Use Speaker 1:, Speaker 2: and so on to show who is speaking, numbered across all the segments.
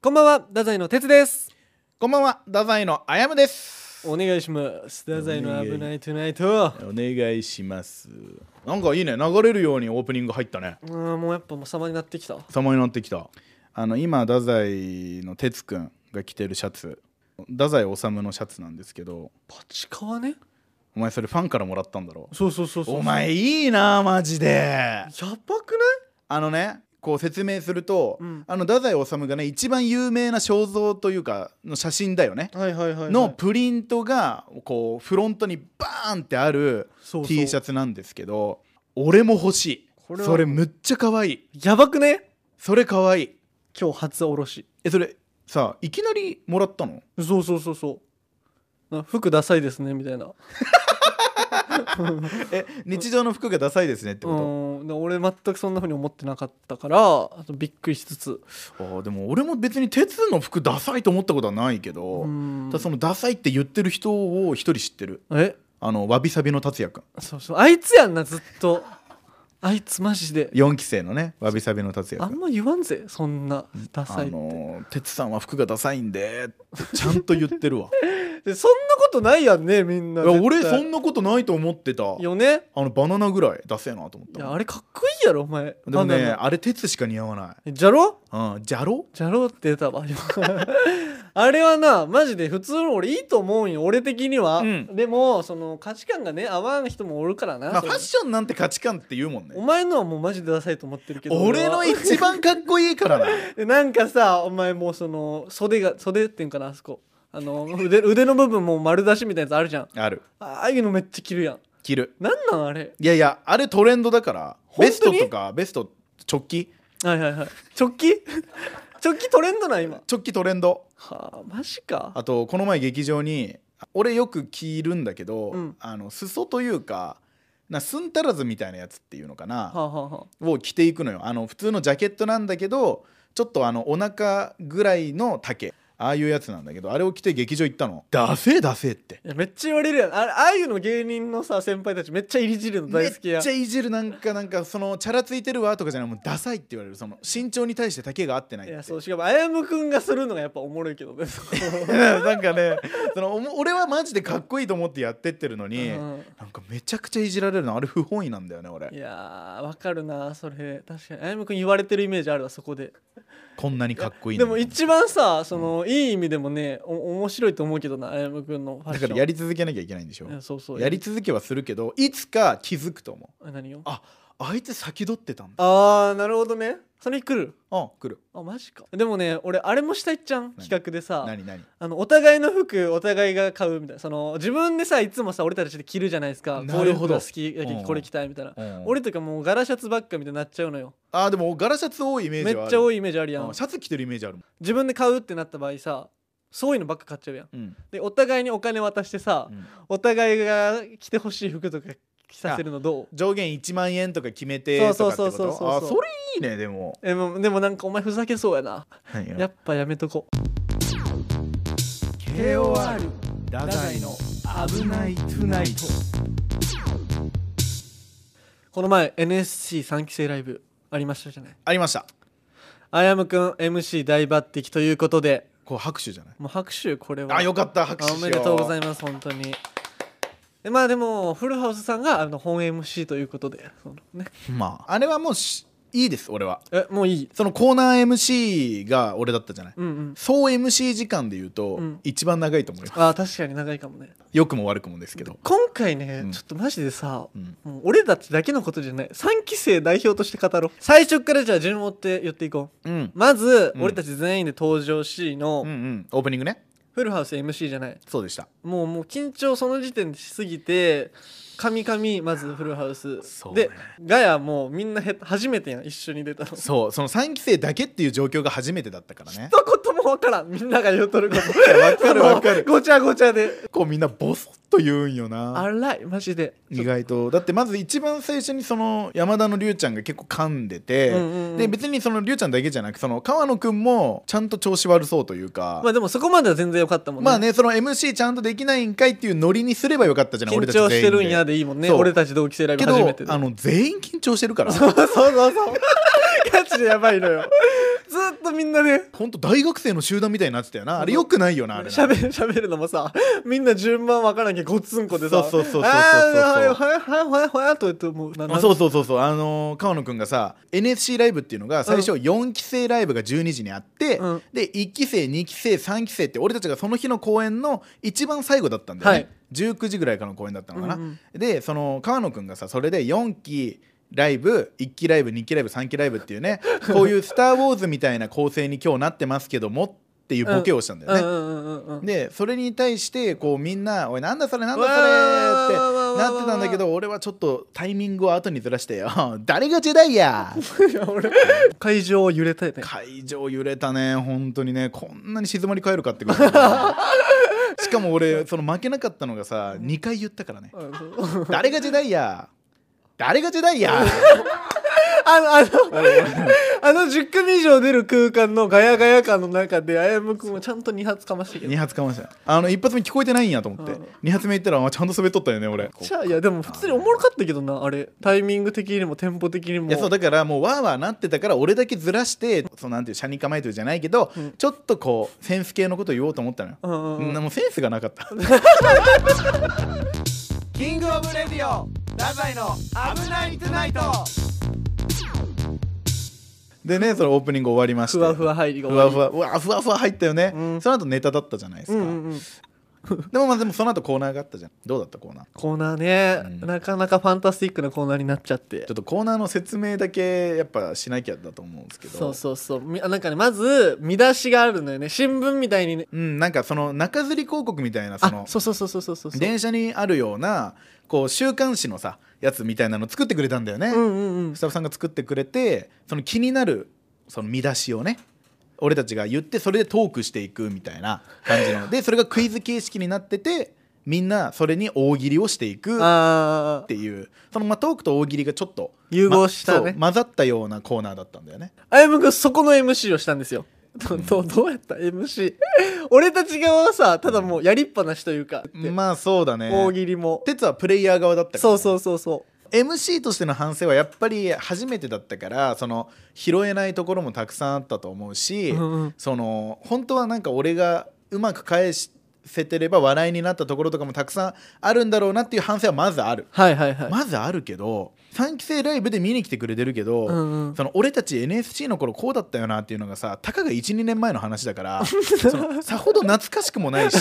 Speaker 1: こんばんは、太宰の哲です。
Speaker 2: こんばんは、太宰のあやむです。
Speaker 1: お願いします。太宰の危ないトゥナイト。
Speaker 2: お願いします。なんかいいね、流れるようにオープニング入ったね。
Speaker 1: うん、もうやっぱもう様になってきた。あ
Speaker 2: 様になってきた。あの今太宰の哲くんが着てるシャツ、太宰治のシャツなんですけど、
Speaker 1: パチカワね。
Speaker 2: お前それファンからもらったんだろ。
Speaker 1: そうそうそうそう。
Speaker 2: お。前いいなマジで。
Speaker 1: やばくない
Speaker 2: あのね。こう説明すると、
Speaker 1: うん
Speaker 2: あの太宰治がね一番有名な肖像というかの写真だよね、
Speaker 1: はいはいはいはい
Speaker 2: のプリントがこうフロントにバーンってある
Speaker 1: そうそう
Speaker 2: T シャツなんですけど俺も欲しい
Speaker 1: これは
Speaker 2: それむっちゃ可愛い
Speaker 1: やばくね
Speaker 2: それ可愛い
Speaker 1: 今日初おろし。
Speaker 2: えそれさいきなりもらったの
Speaker 1: そうそうそうそう。な服ダサいですねみたいな。
Speaker 2: え日常の服がダサいですねってこ
Speaker 1: うん、で俺全くそんな風に思ってなかったから、あとびっくりしつつ。
Speaker 2: と、あーでも俺も別に鉄の服ダサいと思ったことはないけど、
Speaker 1: うん
Speaker 2: ただそのダサいって言ってる人を一人知ってる
Speaker 1: え、
Speaker 2: あのわびさびの達也くん
Speaker 1: そうそう。あいつやんなずっと。あいつマジで。
Speaker 2: 4期生のねわびさびの達
Speaker 1: あ
Speaker 2: 也く
Speaker 1: ん
Speaker 2: ん
Speaker 1: ま言わんぜそんなダサ
Speaker 2: あ
Speaker 1: いって、
Speaker 2: の鉄さんは服がダサいんでってちゃんと言って るわ
Speaker 1: でそんなことないやんねみんない
Speaker 2: や俺そ
Speaker 1: なん
Speaker 2: なことないと思ってた
Speaker 1: よね
Speaker 2: あのバナナぐらいダセえなと思っ
Speaker 1: い
Speaker 2: た
Speaker 1: やあれかっこいいやろお前
Speaker 2: でもね
Speaker 1: バナナ
Speaker 2: あれ鉄しか似合わない
Speaker 1: じゃろ
Speaker 2: うん、じゃろ
Speaker 1: じゃろって出たわ今 あれはなマジで普通の俺いいと思うんよ俺的には、
Speaker 2: うん
Speaker 1: でもその価値観がね合わん人もおるからな、
Speaker 2: ま
Speaker 1: そ
Speaker 2: あ、フ
Speaker 1: れ
Speaker 2: ァッションなんて価値観って言うもん
Speaker 1: お
Speaker 2: ね
Speaker 1: 前のはもうマジでダサいと思ってるけど
Speaker 2: 俺の
Speaker 1: は
Speaker 2: 一番かっこいいからな
Speaker 1: でなんかさお前もうその袖が袖っていうんかなあそこあの腕腕の部分もう丸出しみたいなやつあるじゃん
Speaker 2: ある
Speaker 1: ああいうのめっちゃ着るやん
Speaker 2: 着る
Speaker 1: なんなんあれ
Speaker 2: いやいやあれトレンドだから
Speaker 1: 本当に
Speaker 2: ベストとかベスト直帰
Speaker 1: はいはいはい直 帰直帰トレンドなん今
Speaker 2: 直帰トレンド
Speaker 1: はあマジか
Speaker 2: あとこの前劇場に俺よく着るんだけど、
Speaker 1: うん
Speaker 2: あの裾というかなすんたらずみたいなやつっていうのかな
Speaker 1: はあ、はあは
Speaker 2: を着ていくのよあの普通のジャケットなんだけどちょっとあのお腹ぐらいの丈ああいうやつなんだけどあれを着て劇場行ったのダセえダセえって
Speaker 1: あ、いやめっちゃ言われるやんあれああいうの芸人のさ先輩たちめっちゃいりじるの
Speaker 2: め
Speaker 1: 大
Speaker 2: っ
Speaker 1: 好きや
Speaker 2: ちゃいじるなんかなんかそのチャラついてるわとかじゃないもうダサいって言われるその身長に対して丈が合ってないっ
Speaker 1: い
Speaker 2: て
Speaker 1: やそうしかもあやむくんがするのがやっぱおもろいけど ね
Speaker 2: なんかねそのおも俺はマジでかっこいいと思ってやってってるのに、
Speaker 1: うん
Speaker 2: なんかめちゃくちゃいじられるのあれ不本意なんだよね俺
Speaker 1: いやーわかるなそれ確かにあやむくん言われてるイメージあるわそこで
Speaker 2: こんなにかっこいい
Speaker 1: で
Speaker 2: の
Speaker 1: も
Speaker 2: に
Speaker 1: 一番さそのいい意味でもねお面白いと思うけどなあやむくんのファッ
Speaker 2: だ
Speaker 1: ショ
Speaker 2: か
Speaker 1: ン
Speaker 2: らやり続けなきゃいけないんでしょ
Speaker 1: いやそうそう
Speaker 2: やり続けはするけどいつか気づくと思う
Speaker 1: あ何を
Speaker 2: ああいつ先取ってたんだ
Speaker 1: ああなるほどねそれ来る
Speaker 2: あ来る
Speaker 1: あマジかでもね俺あれもしたいっちゃん企画でさ
Speaker 2: 何何
Speaker 1: あのお互いの服お互いが買うみたいなその自分でさいつもさ俺たちで着るじゃないですか
Speaker 2: な
Speaker 1: こういう
Speaker 2: る
Speaker 1: 服
Speaker 2: ほど
Speaker 1: が好きだけ
Speaker 2: う
Speaker 1: ど
Speaker 2: ん
Speaker 1: これ着たいみたいな、
Speaker 2: うん
Speaker 1: 俺とかもう柄シャツばっかみたいになっちゃうのよ
Speaker 2: あーでも柄シャツ多いイメー
Speaker 1: め
Speaker 2: ジ
Speaker 1: っ
Speaker 2: はある
Speaker 1: ちゃ多
Speaker 2: い
Speaker 1: いイメージあるやん
Speaker 2: シャツ着てるイメージあるもん
Speaker 1: 自分で買うってなった場合さそういうのばっか買っちゃうやん
Speaker 2: うん
Speaker 1: でお互いにお金渡してさ、
Speaker 2: うん
Speaker 1: お互いが着てほしい服とか着させるのどう
Speaker 2: 上限1万円とか決めてとかって
Speaker 1: そ
Speaker 2: こ
Speaker 1: うそうそうそうそう
Speaker 2: とあーそれいいねでも
Speaker 1: えもうでもなんかお前ふざけそうやな
Speaker 2: 何
Speaker 1: や
Speaker 2: よ
Speaker 1: っぱやめとこ
Speaker 2: KOR 太宰の危ないトゥナイト
Speaker 1: この前 NSC3 期生ライブありましたじゃない
Speaker 2: ありました
Speaker 1: あやむくん MC 大抜擢ということで
Speaker 2: こう拍手じゃない
Speaker 1: もう拍手これは
Speaker 2: あよかった拍手
Speaker 1: あおめでとうござ
Speaker 2: い
Speaker 1: います本当にでまあでもフルハウスさんがあの本 MC ということでその、ね、
Speaker 2: ますまああれはもうしいいです俺は
Speaker 1: えもういい
Speaker 2: そのコーナー MC が俺だったじゃない
Speaker 1: うんうん
Speaker 2: 総 MC 時間で言うと
Speaker 1: うん
Speaker 2: 一番長いと思います
Speaker 1: あ確かに長いかもね
Speaker 2: 良くも悪くもですけど
Speaker 1: 今回ね、
Speaker 2: うん
Speaker 1: ちょっとマジでさ、
Speaker 2: うん
Speaker 1: もう俺たちだけのことじゃない3期生代表として語ろう最初からじゃあ順を追って言っていこう
Speaker 2: うん
Speaker 1: まず、
Speaker 2: うん
Speaker 1: 俺たち全員で登場しの、
Speaker 2: うんうんオープニングね
Speaker 1: フルハウス MC じゃない
Speaker 2: そうでした
Speaker 1: もうもう緊張その時点でしすぎてカミカミまずフルハウス、
Speaker 2: そうね
Speaker 1: でガヤもうみんなへ初めてやん一緒に出たの一
Speaker 2: そうその3期生だけっていう状況が初めてだったからね
Speaker 1: 言も分からんみんなが言うとること
Speaker 2: わかるわかる
Speaker 1: ごちゃごちゃで
Speaker 2: 結構みんなボソッと言うんよな
Speaker 1: あらいマジで
Speaker 2: 意外とだってまず一番最初にその山田の龍ちゃんが結構噛んでて、
Speaker 1: うんうんうん
Speaker 2: で別にその龍ちゃんだけじゃなくその川野くんもちゃんと調子悪そうというか、
Speaker 1: まあでもそこまでは全然良かったもんね
Speaker 2: まあねその MC ちゃんとできないんかいっていうノリにすればよかったじゃない
Speaker 1: 緊
Speaker 2: 俺たち全
Speaker 1: 張
Speaker 2: 員
Speaker 1: してるんやでいいもんね
Speaker 2: そう
Speaker 1: 俺たち同期生ライブ
Speaker 2: け
Speaker 1: 初め
Speaker 2: ど
Speaker 1: てで
Speaker 2: あの全員緊張してるから
Speaker 1: そうそうそうそうガチでやばいのよずずーっとみんなね
Speaker 2: ほんと大学生の集団みたいになってたよなあれよくないよなあれな
Speaker 1: 喋る喋るのもさみんな順番わからなきゃごっつんこでさ
Speaker 2: そうそうそうそうそうそう
Speaker 1: あーはいはいはいはいはいと言ってもうな
Speaker 2: あそうそうそうそうあのー川野くんがさ NSC ライブっていうのが最初4期生ライブが12時にあって、
Speaker 1: うん
Speaker 2: で1期生2期生3期生って俺たちがその日の公演の一番最後だったんだよね、
Speaker 1: はい
Speaker 2: 19時ぐらいからの公演だったのかな、
Speaker 1: うんうん
Speaker 2: でその川野くんがさそれで4期ライブ1期ライブ2期ライブ3期ライブっていうねこういう「スター・ウォーズ」みたいな構成に今日なってますけどもっていうボケをしたんだよね、
Speaker 1: うんうんうんうんうん
Speaker 2: でそれに対してこうみんな「おいなんだそれなんだそれ」
Speaker 1: わーわーわーわーわー
Speaker 2: ってなってたんだけど俺はちょっとタイミングを後にずらしてよ「誰がジェダイや!
Speaker 1: いや俺会場を揺れたいね」
Speaker 2: 会場揺れたね本当にねこんなに静まり返るかってぐらいだね しかも俺その負けなかったのがさ2回言ったからね
Speaker 1: うんそう
Speaker 2: 「誰がジェダイや!」誰がジェダイや
Speaker 1: あのあのあの10組以上出る空間のガヤガヤ感の中であやむくんもちゃんと2発かましてきた
Speaker 2: 2発かましたあの1発目聞こえてないんやと思って
Speaker 1: うん
Speaker 2: 2発目言ったらあちゃんと滑っとったよね俺
Speaker 1: じゃあいやでも普通におもろかったけどなあれタイミング的にもテンポ的にも
Speaker 2: いやそうだからもうわーわーなってたから俺だけずらしてそうなんていう車に構えてるじゃないけど、
Speaker 1: うん
Speaker 2: ちょっとこうセンス系のこと言おうと思ったのよ、
Speaker 1: うんうんうん
Speaker 2: うんもうセンスがなかった キングオブレディオラザイの危ないトゥナイトでねそのオープニング終わりまして
Speaker 1: ふわふわ入りが
Speaker 2: ふわふ
Speaker 1: わ
Speaker 2: わうわふわふわ入ったよね、
Speaker 1: うん
Speaker 2: その後ネタだったじゃないです
Speaker 1: う
Speaker 2: か、
Speaker 1: んうんうん
Speaker 2: でもまあでもその後コーナーがあったじゃんどうだったコーナー
Speaker 1: コーナーね、
Speaker 2: うん
Speaker 1: なかなかファンタスティックなコーナーになっちゃって
Speaker 2: ちょっとコーナーの説明だけやっぱしなきゃだと思うんですけど
Speaker 1: そうそうそうみなんかねまず見出しがあるのよね新聞みたいにね
Speaker 2: うん、なんかその中吊り広告みたいなそ
Speaker 1: あ
Speaker 2: の
Speaker 1: そうそうそうそうそうそう
Speaker 2: 電車にあるようなこう週刊誌のさやつみたいなの作ってくれたんだよね、
Speaker 1: うんうんうん
Speaker 2: スタッフさんが作ってくれてその気になるその見出しをね俺たちが言ってそれでトークしていくみたいな感じのでそれがクイズ形式になっててみんなそれに大喜利をしていくっ
Speaker 1: あー
Speaker 2: ていうその、まあ、トークと大喜利がちょっと
Speaker 1: 融合したね
Speaker 2: まそう混ざったようなコーナーだったんだよね
Speaker 1: あやむくんそこの MC をしたんですよどどどうやった MC 俺たち側はさただもうやりっぱなしというか、で
Speaker 2: まあそうだね
Speaker 1: 大喜利も
Speaker 2: 哲はプレイヤー側だったからね、
Speaker 1: そうそうそうそう
Speaker 2: MC としての反省はやっぱり初めてだったからその拾えないところもたくさんあったと思うし、
Speaker 1: うんうん
Speaker 2: その本当はなんか俺がうまく返せてれば笑いになったところとかもたくさんあるんだろうなっていう反省はまずある、
Speaker 1: はいはいはい、
Speaker 2: まずあるけど3期生ライブで見に来てくれてるけど、
Speaker 1: うんうん
Speaker 2: その俺たち NSC の頃こうだったよなっていうのがさたかが12年前の話だから そのさほど懐かしくもないし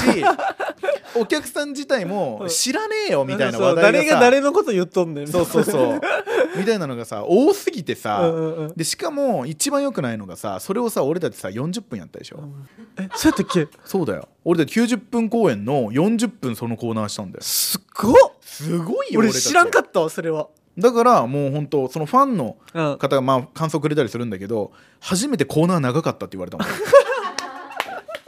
Speaker 2: お客さん自体も知らねえよみたいな話題がさ
Speaker 1: そう誰が誰のこと言っとんねん
Speaker 2: そうそうそうみたいなのがさ多すぎてさ、
Speaker 1: うんうんうん
Speaker 2: でしかも一番良くないのがさそれをさ俺たちさ40分やったでしょ、
Speaker 1: えそうやったっけ
Speaker 2: そうだよ俺たち90分公演の40分そのコーナーしたんだよ
Speaker 1: すっごっ
Speaker 2: すごいよ
Speaker 1: 俺知らんか
Speaker 2: っ
Speaker 1: ったわそれは
Speaker 2: ただからもう本当そのファンの
Speaker 1: うん
Speaker 2: 方がまあ感想くれたりするんだけど初めてコーナー長かったって言わ れたもん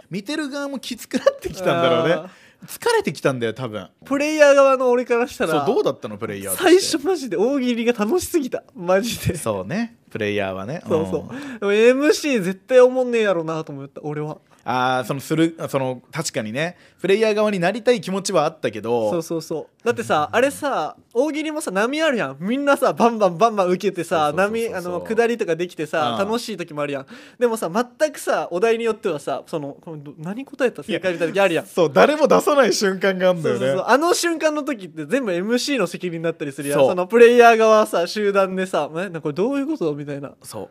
Speaker 2: 見てる側もきつくなってきたんだろう
Speaker 1: あ
Speaker 2: ね疲れてきたんだよ多分
Speaker 1: プレイヤー側の俺からした
Speaker 2: そ
Speaker 1: ら
Speaker 2: うどうだったのプレイヤーとして
Speaker 1: 最初マジで大喜利が楽しすぎたマジで
Speaker 2: そうねプレイヤーはね
Speaker 1: そうそう、でも MC 絶対おもんねえやろなと思った俺は
Speaker 2: あーそのするその確かにねプレイヤー側になりたい気持ちはあったけど
Speaker 1: そうそうそうだってさあれさ大喜利もさ波あるやんみんなさバンバンバンバン受けてさ
Speaker 2: そうそうそうそう
Speaker 1: 波あの下りとかできてさ
Speaker 2: うん
Speaker 1: 楽しい時もあるやんでもさ全くさお題によってはさそのこのど何答えた正解みたいな時あるやん
Speaker 2: そう誰も出さない瞬間があるん
Speaker 1: そ
Speaker 2: だよ
Speaker 1: う
Speaker 2: ね
Speaker 1: そうそうあの瞬間の時って全部 MC の責任だったりするやん
Speaker 2: そう
Speaker 1: そのプレイヤー側はさ集団でさ「えなんかこれどういうこと?」みたいな
Speaker 2: そう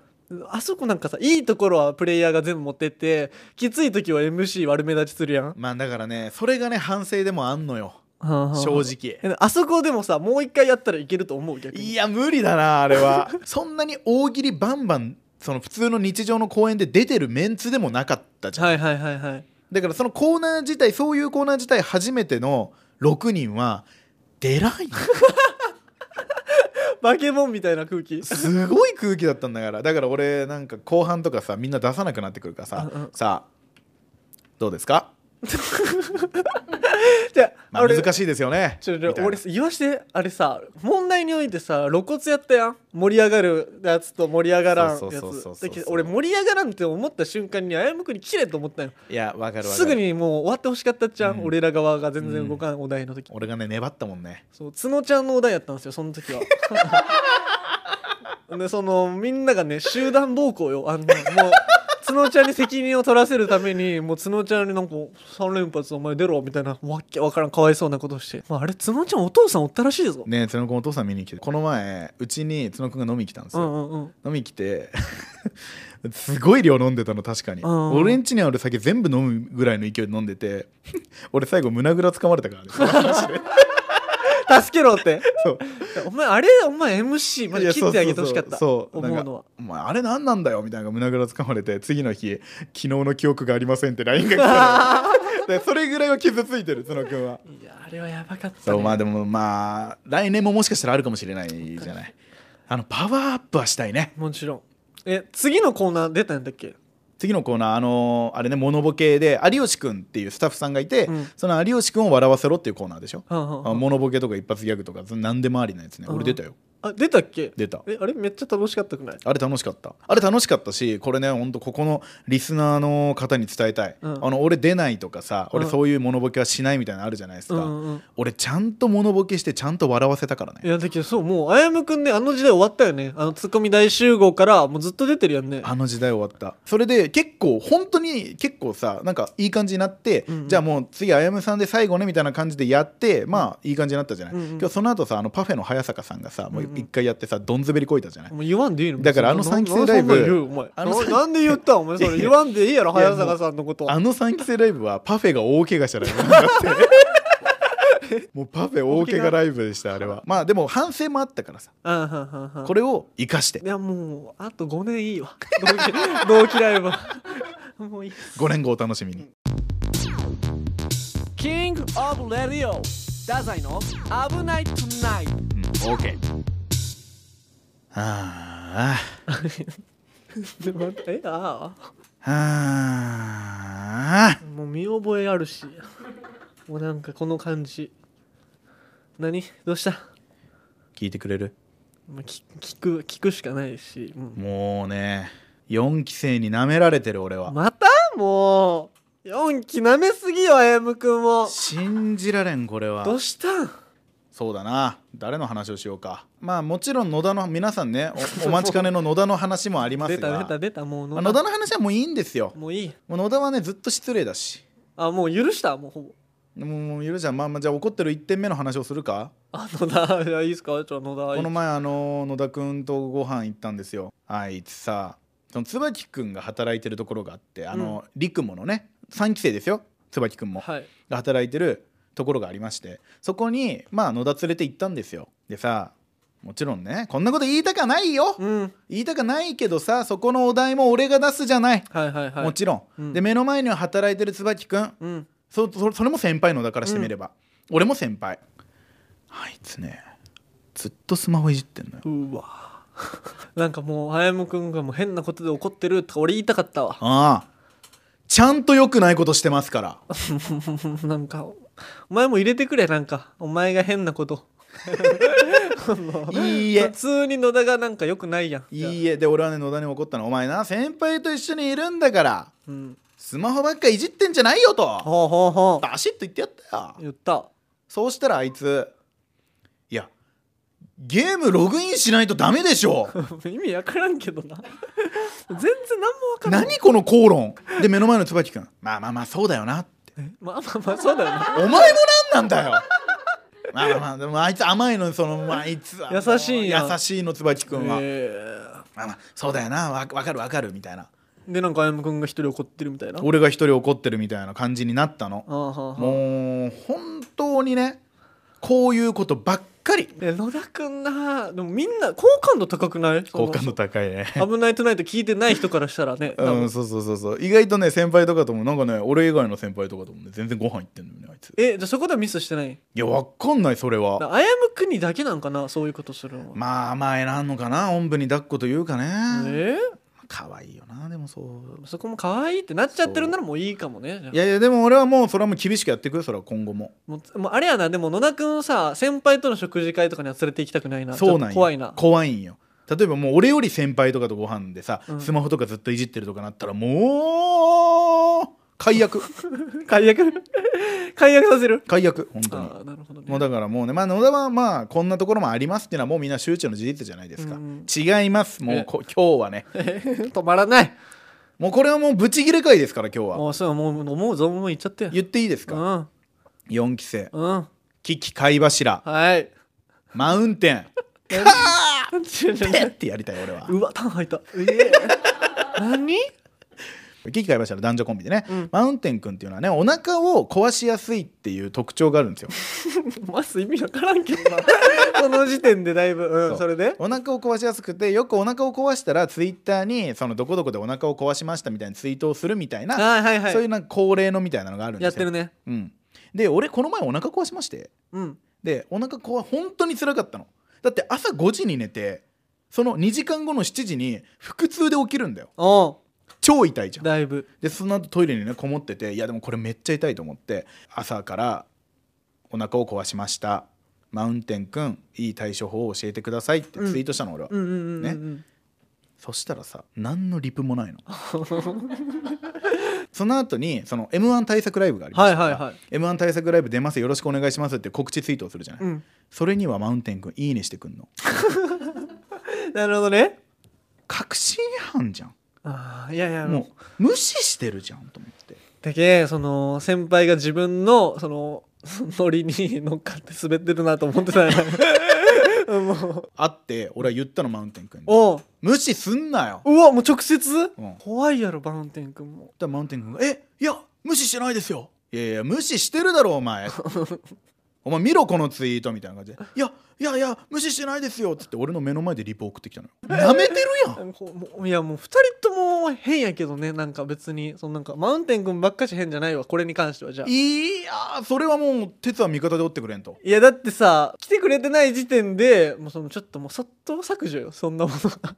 Speaker 1: あそこなんかさいいところはプレイヤーが全部持ってってきつい時は MC 悪目立ちするやん
Speaker 2: まあだからねそれがね反省でもあんのよ正直
Speaker 1: えあそこでもさもう一回やったらいけると思う逆に
Speaker 2: いや無理だなあ れはそんなに大喜利バンバンその普通の日常の公演で出てるメンツでもなかったじゃん、
Speaker 1: はいはいはいはい
Speaker 2: だからそのコーナー自体そういうコーナー自体初めての6人は出ないの
Speaker 1: バケモンみたいな空 気
Speaker 2: すごい空気だったんだからだから俺なんか後半とかさみんな出さなくなってくるからさ、
Speaker 1: うんうん
Speaker 2: さあどうですか、
Speaker 1: じゃ
Speaker 2: まあ、難しいですよね
Speaker 1: ちょち
Speaker 2: み
Speaker 1: ょ
Speaker 2: たいな
Speaker 1: 俺言わしてあれさ問題においてさ露骨やったやん盛り上がるやつと盛り上がらんや
Speaker 2: そうそうそうそう
Speaker 1: つ
Speaker 2: そう
Speaker 1: だけど俺盛り上がらんって思った瞬間にあやむくに切れと思ったよ
Speaker 2: いやわかるわかる
Speaker 1: すぐにもう終わってほしかったじゃん、
Speaker 2: うん
Speaker 1: 俺ら側が全然動かんお題の時、
Speaker 2: 俺がね粘ったもんね
Speaker 1: そう角ちゃんのお題やったんですよその 時はでそのみんながね集団暴行よあんなもう角ちゃんに責任を取らせるためにもう角ちゃんになんか3連発お前出ろみたいなわっけわからんかわいそうなことして、まあ、あれ角ちゃんお父さんおったらしいぞ、
Speaker 2: ねえ角君お父さん見に来てこの前うちに角君が飲みに来たんです
Speaker 1: う
Speaker 2: よ、
Speaker 1: んうんうん
Speaker 2: 飲みに来て すごい量飲んでたの確かに、
Speaker 1: うん
Speaker 2: 俺んちにある酒全部飲むぐらいの勢いで飲んでて 俺最後胸ぐらつかまれたからね
Speaker 1: 助けろって
Speaker 2: そう
Speaker 1: お前あれお前 MC ま
Speaker 2: い
Speaker 1: で
Speaker 2: や
Speaker 1: 切ってあげてほしかった
Speaker 2: そうそうそう
Speaker 1: 思うのは
Speaker 2: なんかお前あれ何なんだよみたいなのが胸ぐらつかまれて次の日「昨日の記憶がありません」って LINE が来たの よでそれぐらいは傷ついてる角君はい
Speaker 1: やあれはやばかった、
Speaker 2: そ
Speaker 1: ね、
Speaker 2: うまあでもまあ来年ももしかしたらあるかもしれないじゃないあのパワーアップはしたいね
Speaker 1: もちろんえ次のコーナー出たんだっけ
Speaker 2: 次のコーナーあのーあれねモノボケで有吉くんっていうスタッフさんがいて、
Speaker 1: うん
Speaker 2: その有吉くんを笑わせろっていうコーナーでしょ、
Speaker 1: はんはんはん
Speaker 2: あモノボケとか一発ギャグとかその何でもありなやつね、
Speaker 1: うん
Speaker 2: 俺出たよ
Speaker 1: あ出たっけ
Speaker 2: 出た
Speaker 1: えあれめっちゃ楽しかったくない
Speaker 2: あれ楽しかったあれ楽しかったしこれねほんとここのリスナーの方に伝えたい、
Speaker 1: うん
Speaker 2: あの俺出ないとかさ俺
Speaker 1: うん
Speaker 2: そういうモノボケはしないみたいなのあるじゃないです
Speaker 1: う
Speaker 2: か、
Speaker 1: んうんうん
Speaker 2: 俺ちゃんとモノボケしてちゃんと笑わせたから
Speaker 1: い
Speaker 2: ね
Speaker 1: やだけどそうもうあやむくんねあの時代終わったよねあのツッコミ大集合からもうずっと出てるやんね
Speaker 2: あの時代終わったそれで結構本当に結構さなんかいい感じになって、
Speaker 1: うんうん
Speaker 2: じゃあもう次あやむさんで最後ねみたいな感じでやってまあいい感じになったじゃない、
Speaker 1: うんうん
Speaker 2: 今日その後さあのパフェの早坂さんがさも
Speaker 1: うん
Speaker 2: う
Speaker 1: うん
Speaker 2: 一回やってさどんずべりこいたじゃない、
Speaker 1: もう言わんでいいの
Speaker 2: だからあの三期生ライ
Speaker 1: な
Speaker 2: ブ
Speaker 1: んでそんな言う
Speaker 2: あ
Speaker 1: お
Speaker 2: の
Speaker 1: 前
Speaker 2: 三
Speaker 1: ななんで言ったお前それ言わん でいいやろ
Speaker 2: いや
Speaker 1: 早坂さんのこと
Speaker 2: あの3期生ライブはパフェが大怪我したライブになって。もうパフェ大怪我ライブでしたあれは まあでも反省もあったからさ
Speaker 1: うんうんうんうん
Speaker 2: これを生かして
Speaker 1: いやもうあと5年い いわ同期同期ライブはもういい
Speaker 2: 5年後お楽しみに
Speaker 1: キングオブレディオダザイの危ないトゥナイト
Speaker 2: うん OK あー
Speaker 1: で待ってえあ
Speaker 2: あ
Speaker 1: あ
Speaker 2: ー
Speaker 1: もう見覚えあるしもうなんかこの感じ何どうした
Speaker 2: 聞いてくれる
Speaker 1: まあ、き聞く聞くしかないし、うん
Speaker 2: もうね4期生に舐められてる俺は
Speaker 1: またもう4期なめすぎよあやむくんも
Speaker 2: 信じられんこれは
Speaker 1: どうしたん
Speaker 2: そうだな誰の話をしようかまあもちろん野田の皆さんねおお待ちかねの野田の話もあります
Speaker 1: 出
Speaker 2: が
Speaker 1: た出た出たもう
Speaker 2: まあ野田の話はもういいんですよ
Speaker 1: もういい
Speaker 2: もう野田はねずっと失礼だし
Speaker 1: あもう許したもうほぼ
Speaker 2: もうもうゆるちゃんまあまあじゃあ怒ってる1点目の話をするか
Speaker 1: あ野田いやいいっすかちょ野田
Speaker 2: この前あの野田くんとご飯行ったんですよあいつさその椿くんが働いてるところがあってあの陸ものね3期生ですよ椿くんも
Speaker 1: はい
Speaker 2: が働いてるところがありましてそこにまあ野田連れて行ったんですよでさもちろんねこんなこと言いたかないよ
Speaker 1: うん
Speaker 2: 言いたかないけどさそこのお題も俺が出すじゃない、
Speaker 1: はいはいはい
Speaker 2: もちろん、
Speaker 1: うん
Speaker 2: で目の前には働いてる椿くん
Speaker 1: うん
Speaker 2: そそそれも先輩のだからしてみれば、俺も先輩あいつねずっとスマホいじってんのよ
Speaker 1: うわなんかもうあやむくんがもう変なことで怒ってるとか俺言いたかったわ
Speaker 2: ああちゃんと良くないことしてますから
Speaker 1: なんかお前も入れてくれなんかお前が変なこと
Speaker 2: いい
Speaker 1: 普
Speaker 2: え
Speaker 1: 通に野田がなんかよくないやん
Speaker 2: いいえで俺はね野田に怒ったのお前な先輩と一緒にいるんだから
Speaker 1: うん
Speaker 2: スマホばっかいじってんじゃないよと
Speaker 1: ほうほうほう
Speaker 2: バシッと言ってやったよ
Speaker 1: 言った
Speaker 2: そうしたらあいついやゲームログインしないとダメでしょ
Speaker 1: 意味わからんけどな全然何もわからん
Speaker 2: 何この口論で目の前の椿君まあまあまあそうだよなって
Speaker 1: まあまあまあそうだよね
Speaker 2: お前も何なんだよまあまあまあでもあいつ甘いのそのあいつはもう
Speaker 1: 優しいんや
Speaker 2: 優しいの椿君は、
Speaker 1: え
Speaker 2: まあまあそうだよなわわかるわかるみたいな
Speaker 1: ーでなんかあやむくんが一人怒ってるみたいな
Speaker 2: 俺が一人怒ってるみたいな感じになったの
Speaker 1: ああはあはあ
Speaker 2: もう本当にねこういうことばっかり
Speaker 1: え野田くんなでもみんな好感度高くない
Speaker 2: 好感度高いね
Speaker 1: その危ないトゥナイト聞いてない人からしたらね多
Speaker 2: う
Speaker 1: 分
Speaker 2: ん、そうそうそうそう意外とね先輩とかともなんかね俺以外の先輩とかともね全然ご飯行ってんのよねあいつい
Speaker 1: えじゃあそこではミスしてない
Speaker 2: やわかんないそれは
Speaker 1: あやむくんにだけなんかなそういうことするのは、
Speaker 2: まあまあ選んのかなおんぶに抱っこというかね
Speaker 1: え
Speaker 2: 可愛いよなでもそう
Speaker 1: ーそこも可愛いってなっちゃってるならもういいかもねじゃあ
Speaker 2: いやいやでも俺はもうそれはもう厳しくやってくよそれは今後も
Speaker 1: もうもうあれやなでも野田くんをさ先輩との食事会とかには連れて行きたくないな
Speaker 2: そうなん
Speaker 1: ちょっと
Speaker 2: よ
Speaker 1: 怖いな
Speaker 2: 怖いんよ例えばもう俺より先輩とかとご飯でさ、
Speaker 1: うん
Speaker 2: スマホとかずっといじってるとかなったらもう 解約
Speaker 1: 解約 解約させる
Speaker 2: 解約本当に
Speaker 1: ああなるほどね
Speaker 2: もうだからもうね、まあ、野田はまあこんなところもありますっていうのはもうみんな周知の事実じゃないですか、
Speaker 1: うん
Speaker 2: 違いますもうこ今日はね
Speaker 1: 止まらない
Speaker 2: もうこれはもうブチギレ会ですから今日は
Speaker 1: もうそうもう思う存分言っちゃって
Speaker 2: 言っていいです
Speaker 1: う
Speaker 2: か
Speaker 1: ん
Speaker 2: 4期生
Speaker 1: うん
Speaker 2: 危機貝柱
Speaker 1: はい
Speaker 2: マウンテン
Speaker 1: 何
Speaker 2: ペッてやりたい俺は
Speaker 1: うわタン吐いたええ 何
Speaker 2: 危機貝柱の男女コンビでね、
Speaker 1: うん
Speaker 2: マウンテン君っていうのはねお腹を壊しやすいっていう特徴がある んですよ
Speaker 1: まず意味わからんけどな この時点でだいぶうん
Speaker 2: そう
Speaker 1: それで
Speaker 2: お腹を壊しやすくてよくお腹を壊したらツイッターにそのどこどこでお腹を壊しましたみたいなツイートをするみたいな、
Speaker 1: はいはいはい
Speaker 2: そういうなんか恒例のみたいなのがあるんですよ
Speaker 1: やってるね
Speaker 2: うん、で俺この前お腹壊しまして
Speaker 1: うん
Speaker 2: でお腹こわ本当に辛かったのだって朝5時に寝てその2時間後の7時に腹痛で起きるんだよ
Speaker 1: おう
Speaker 2: 超痛いじゃん
Speaker 1: だいぶ
Speaker 2: でその後トイレにねこもってていやでもこれめっちゃ痛いと思って朝からお腹を壊しましたマウンテンくんいい対処法を教えてくださいってツイートしたの、俺は、
Speaker 1: うんうんうんうん
Speaker 2: そしたらさ何のリプもない のその後にその m 1対策ライブがありま
Speaker 1: は
Speaker 2: し
Speaker 1: い
Speaker 2: た
Speaker 1: はいはい
Speaker 2: m 1対策ライブ出ますよろしくお願いしますって告知ツイートをするじゃない、
Speaker 1: うん
Speaker 2: それにはマウンテン君いいねしてくんの
Speaker 1: なるほどね
Speaker 2: 確信犯じゃん
Speaker 1: ああいやいやもう
Speaker 2: もう無視してるじゃんと思って
Speaker 1: だけその先輩が自分のその ノリに乗っかって滑ってるなと思ってたよ もう
Speaker 2: 会って俺は言ったのマウンテン君に
Speaker 1: おう
Speaker 2: 無視すんなよ
Speaker 1: うわもう直接、
Speaker 2: うん
Speaker 1: 怖いやろバウンテン君も
Speaker 2: だからマウンテン君が「えいや無視してないですよ」「いやいや無視してるだろ お前お前見ろこのツイート」みたいな感じで「いやいやいや無視してないですよ」っつって俺の目の前でリポ送ってき たのよなめてるやん
Speaker 1: こうもういやもう2人とも変やけどねなんか別にそのなんかマウンテン君ばっかし変じ ゃないわこれに関してはじゃあ
Speaker 2: いやーそれはもう鉄は味方で折ってくれんと
Speaker 1: いやだってさ来てくれてない時点でもうそのちょっともうそっと削除よそんなものが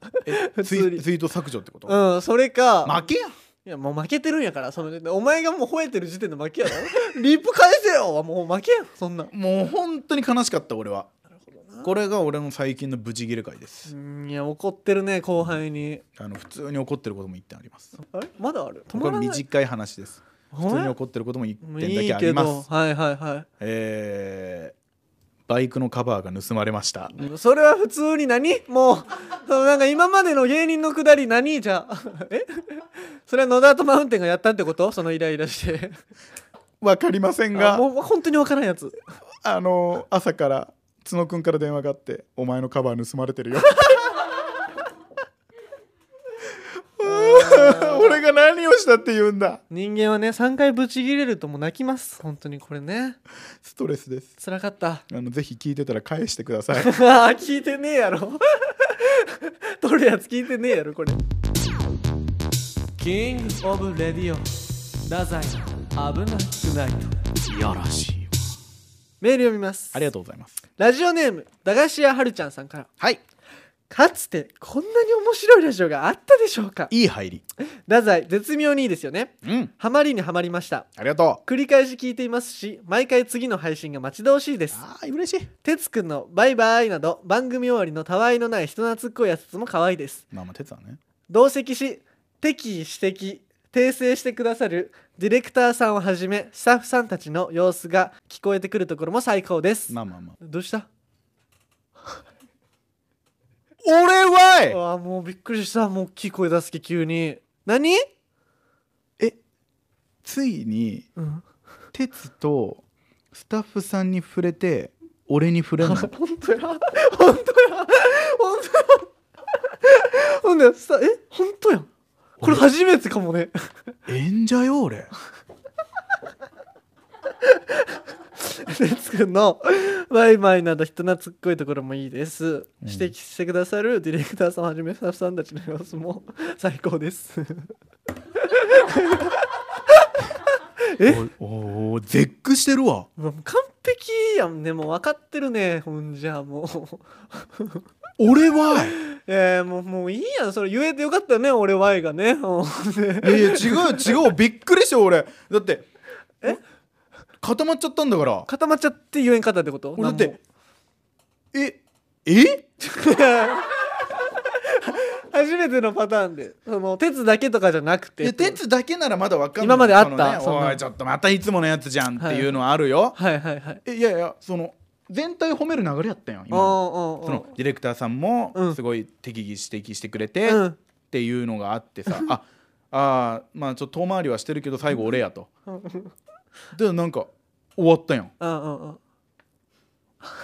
Speaker 1: 普
Speaker 2: ツ
Speaker 1: 通
Speaker 2: イ
Speaker 1: に
Speaker 2: ツイート削除ってこと、
Speaker 1: うんそれか、
Speaker 2: 負けやん
Speaker 1: いやもう負けてるんやからその時点お前がもう吠えてる時点で負けやろ リップ返せよはもう負けやんそんなんう
Speaker 2: もう本当に悲しかった俺はこれが俺の最近のブチギレ会です、
Speaker 1: ーんいや怒ってるね後輩に
Speaker 2: あの普通に怒ってることも一点あります
Speaker 1: あれまだある止
Speaker 2: こ
Speaker 1: ま
Speaker 2: れ
Speaker 1: らない
Speaker 2: 短い話です
Speaker 1: ほ
Speaker 2: 普
Speaker 1: ん
Speaker 2: 通
Speaker 1: ま
Speaker 2: に
Speaker 1: や
Speaker 2: 怒ってることも一
Speaker 1: もう
Speaker 2: 点だ
Speaker 1: い
Speaker 2: け
Speaker 1: い
Speaker 2: あ
Speaker 1: け
Speaker 2: ります
Speaker 1: どはいはいは
Speaker 2: えーバイクのカバーが盗まれました
Speaker 1: いそれは普通に何もうそのなんか今までの芸人のくだり何じゃ あえそれは野田とマウンテンがやったってことそのイライラして
Speaker 2: わかりません
Speaker 1: あ
Speaker 2: が
Speaker 1: もう本当にわからんやつ
Speaker 2: あの朝から角くんから電話があって「お前のカバー盗まれてるよ」 俺が何をしたって言うんだ
Speaker 1: 人間はね3回ブチ切れるともう泣きます本当にこれね
Speaker 2: ストレスです
Speaker 1: 辛かった
Speaker 2: あのぜひ聞いてたら返してください
Speaker 1: あー聞いてねえやろ 撮るやつ聞いてねえやろこれキングオブレディオ太宰危なくないと
Speaker 2: いやらしい
Speaker 1: メール読みます
Speaker 2: ありがとうございます
Speaker 1: ラジオネーム駄菓子屋はるちゃんさんから
Speaker 2: はい
Speaker 1: かつてこんなに面白いラジオがあったでしょうか
Speaker 2: いい入り
Speaker 1: 太宰絶妙にいいですよね
Speaker 2: うん
Speaker 1: ハマりにはまりました
Speaker 2: ありがとう
Speaker 1: 繰り返し聞いていますし毎回次の配信が待ち遠しいです
Speaker 2: あー嬉しい
Speaker 1: 哲くんの「バイバイ」など番組終わりのたわいのない人懐っこいやつも可愛いです
Speaker 2: まあまあ哲はね
Speaker 1: 同席し敵意指摘訂正してくださるディレクターさんをはじめスタッフさんたちの様子が聞こえてくるところも最高です、
Speaker 2: まあまあまあ
Speaker 1: どうした
Speaker 2: 俺は
Speaker 1: あーもうびっくりしたもう大きい声出す気急に何、
Speaker 2: ついに
Speaker 1: うん、
Speaker 2: 鉄とスタッフさんに触れて俺に触 れんの
Speaker 1: 本当や本当や本当やほんでさえ本当やんこれ初めてかもね
Speaker 2: 演者よ俺
Speaker 1: 哲くんのバイバイなど人懐っこいところもいいです、
Speaker 2: ん
Speaker 1: 指摘してくださるディレクターさんをはじめスタッフさんたちの 様子も最高ですえ
Speaker 2: おおー絶句してるわ
Speaker 1: もう 完璧やんねもう分かってるねほんじゃあもう
Speaker 2: 俺は
Speaker 1: えー、もうも ういいやんそれ言えてよかったよね俺 Y がね うん
Speaker 2: いやいや違う違うびっくりした俺だって
Speaker 1: え
Speaker 2: 固まっちゃったんだから
Speaker 1: 固まっちゃって言えんかったってこと
Speaker 2: 俺だってええ
Speaker 1: なんも 初めてのパターンでその鉄だけとかじゃなくて
Speaker 2: え鉄だけならまだわかんな
Speaker 1: 今
Speaker 2: い
Speaker 1: まであった
Speaker 2: そ
Speaker 1: そ
Speaker 2: の
Speaker 1: ん
Speaker 2: ね
Speaker 1: な
Speaker 2: おいちょっとまたいつものやつじゃんっていうのはあるよ、
Speaker 1: はいはいはい
Speaker 2: えいやいやその全体褒める流れやったよ
Speaker 1: お
Speaker 2: 今
Speaker 1: ー
Speaker 2: の
Speaker 1: おーおー
Speaker 2: そのディレクターさんも
Speaker 1: うん
Speaker 2: すごい適宜指摘してくれて、
Speaker 1: うん
Speaker 2: っていうのがあってさあああまあちょっと遠回りはしてるけど最後俺やとでなんか終わったやん
Speaker 1: うんうんうん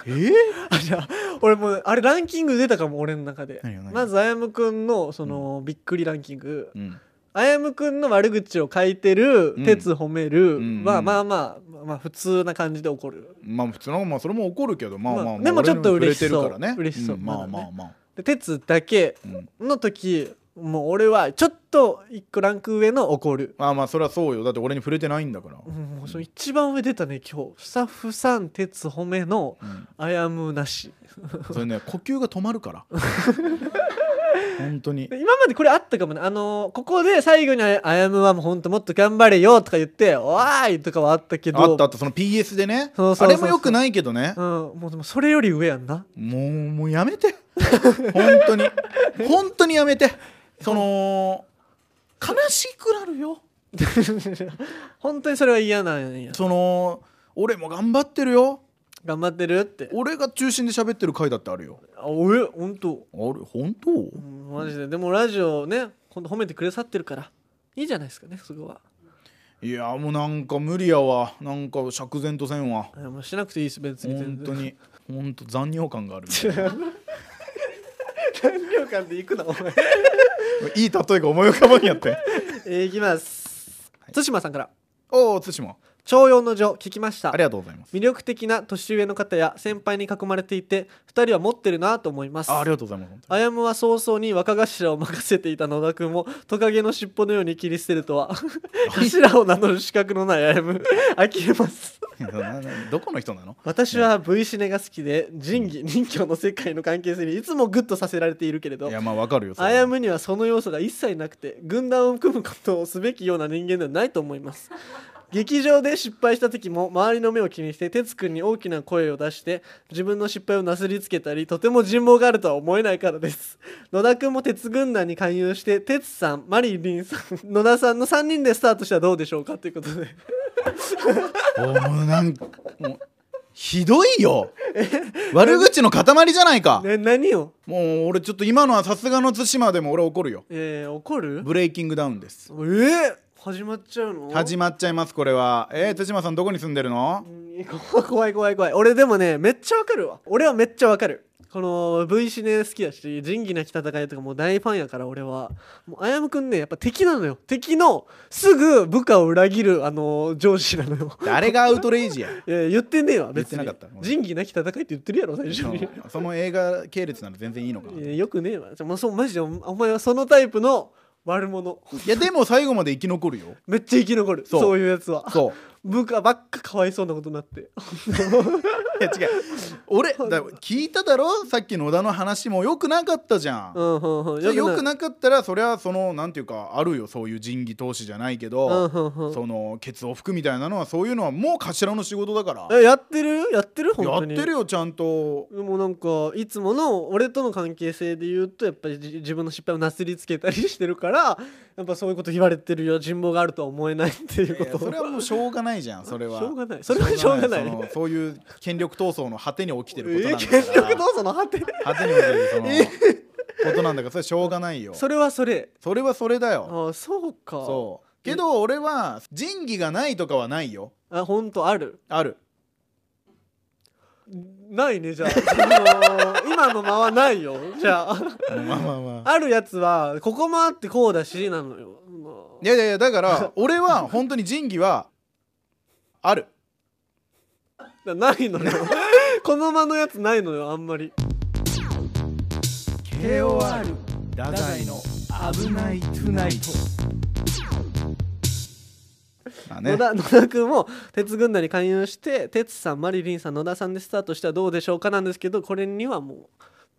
Speaker 2: えー、
Speaker 1: あじゃあ俺もうあれランキング出たかも俺の中で
Speaker 2: 何が何が
Speaker 1: まずあやむくんのその、びっくりランキング
Speaker 2: うん
Speaker 1: あやむくんの悪口を書いてる、
Speaker 2: うん
Speaker 1: 鉄褒める、
Speaker 2: うん
Speaker 1: まあまあまあまあ普通な感じで怒る
Speaker 2: まあ普通のまあそれも怒るけどまあまあ
Speaker 1: まあ
Speaker 2: まあ
Speaker 1: でもちょっと嬉しそう
Speaker 2: 俺にも触れてるからね
Speaker 1: 嬉しそうん
Speaker 2: まあ
Speaker 1: まだ
Speaker 2: ま
Speaker 1: ね
Speaker 2: あまあ
Speaker 1: で鉄だけ
Speaker 2: うん
Speaker 1: の時もう俺はちょっと一個ランク上の怒る、
Speaker 2: まあまあそれはそうよだって俺に触れてないんだから
Speaker 1: うん、もうその一番上出たね今日スタッフさん鉄褒めの
Speaker 2: うん
Speaker 1: あやむなし
Speaker 2: そ れね呼吸が止まるから本当に
Speaker 1: で今までこれあったかもねあのーここで最後にああやむはもうほんともっと頑張れよとか言って「おーい!」とかはあったけど
Speaker 2: あったあったその PS でね
Speaker 1: そうそうそうそう
Speaker 2: あれもよくないけどね
Speaker 1: うん、もうでもそれより上やんな
Speaker 2: もうもうやめて 本当に本当にやめてその悲しくなるよ
Speaker 1: 本当にそれは嫌なんや
Speaker 2: その俺も頑張ってるよ
Speaker 1: 頑張ってるって
Speaker 2: 俺が中心で喋ってる回だってあるよ
Speaker 1: あおえほんと
Speaker 2: あれ本当
Speaker 1: うんマジででもラジオねほんと褒めてくださってるからいいじゃないですかねそこはい
Speaker 2: やもうなんか無理やわなんか釈然とせんわ
Speaker 1: あもうしなくていいです別に
Speaker 2: 本
Speaker 1: 全
Speaker 2: 当
Speaker 1: 然
Speaker 2: に本当残尿感がある
Speaker 1: 何秒間で行くなお前
Speaker 2: いい例えが思い浮かばんやって
Speaker 1: えーいきます対馬さんから
Speaker 2: おお対馬
Speaker 1: 「徴用の女」聞きました
Speaker 2: ありがとうございます
Speaker 1: 魅力的な年上の方や先輩に囲まれていて2人は持ってるなと思います
Speaker 2: あありがとうございます本当に
Speaker 1: あやむは早々に若頭を任せていた野田君もトカゲの尻尾のように切り捨てると は頭を名乗る資格のないあやむ 呆れます
Speaker 2: なな どこの人なの
Speaker 1: 私は V シネが好きで仁義任侠の世界の関係性にいつもグッとさせられているけれど
Speaker 2: いやまあわかるよそれ
Speaker 1: あ
Speaker 2: は
Speaker 1: やむにはその要素が一切なくて軍団を組むことをすべきような人間ではないと思い ます劇場で失敗した時も周りの目を気にして哲くんに大きな声を出して自分の失敗をなすりつけたりとても人望があるとは思えないからです野田くんも鉄軍団に勧誘して哲さんマリリンさん野田さんの3人でスタートしたらどうでしょうかということで
Speaker 2: おーもうなんかもうひどいよ悪口の塊じゃないか、
Speaker 1: ね何を
Speaker 2: もう俺ちょっと今のはさすがの対馬でも俺怒るよ
Speaker 1: えー、怒る
Speaker 2: ブレイキングダウンです
Speaker 1: えー、始まっちゃうの
Speaker 2: 始まっちゃいますこれはえー、対馬さんどこに住んでるの
Speaker 1: うん怖い 怖い怖い怖い俺でもねめっちゃわかるわ俺はめっちゃわかるこの V シネ好きだし仁義なき戦いとかもう大ファンやから俺はもうあやむくんねやっぱ敵なのよ敵のすぐ部下を裏切るあの上司なのよ
Speaker 2: 誰がアウトレイジや
Speaker 1: いや言ってねえわ別に
Speaker 2: 言ってなかったごめん
Speaker 1: 仁義なき戦いって言ってるやろ最初 に
Speaker 2: うんその映画系列なら全然いいのかない
Speaker 1: やよくねえわもうそうマジでおお前はそのタイプの悪者
Speaker 2: いやでも最後まで生き残るよ
Speaker 1: めっちゃ生き残るそ
Speaker 2: そうう
Speaker 1: いうやつは
Speaker 2: そう
Speaker 1: 部下ばっかかわいそうなことになって
Speaker 2: いや違う俺だ聞いただろさっき野田の話もよくなかったじゃん、
Speaker 1: うんうんうん
Speaker 2: よく
Speaker 1: い
Speaker 2: なかったらそれはそのなんていうかあるよそういう仁義投資じゃないけど、
Speaker 1: うんうんうん
Speaker 2: そのケツを拭くみたいなのはそういうのはもう頭の仕事だから
Speaker 1: えやってるやってる本
Speaker 2: や
Speaker 1: 当
Speaker 2: っ
Speaker 1: に
Speaker 2: てるよちゃんと
Speaker 1: でもなんかいつもの俺との関係性で言うとやっぱりじ自分の失敗をなすりつけたりしてるからやっぱそういうこと言われてるよ人望があるとは思えないっていう
Speaker 2: い
Speaker 1: こと
Speaker 2: やそれはもうしょうがないじゃん それは
Speaker 1: しょうがないそれはしょうがない
Speaker 2: そのそういう権力闘争の果てに起きて
Speaker 1: え
Speaker 2: ることな
Speaker 1: ー
Speaker 2: んだから、
Speaker 1: 権力闘争の果て
Speaker 2: 果てに起きてるその、ことなんだからそれはしょうがないよ
Speaker 1: それはそれ
Speaker 2: それはそれだ
Speaker 1: あ
Speaker 2: よ
Speaker 1: ーそうか
Speaker 2: そうけど俺は仁義がないとかはないよ
Speaker 1: あ本当ある
Speaker 2: ある
Speaker 1: ないねじゃああのー今の間はないよじゃあ
Speaker 2: まあまあまあ
Speaker 1: あるやつはここもあってこうだしなのよ
Speaker 2: いやいやいやだから俺は本当に仁義はある
Speaker 1: なないのよ この間のやつないのよあんまり
Speaker 2: KOR ダザイの危ないトゥナイトまあね
Speaker 1: 野田野田君も鉄軍団に勧誘して鉄さんマリリンさん野田さんでスタートしたらどうでしょうかなんですけどこれにはもう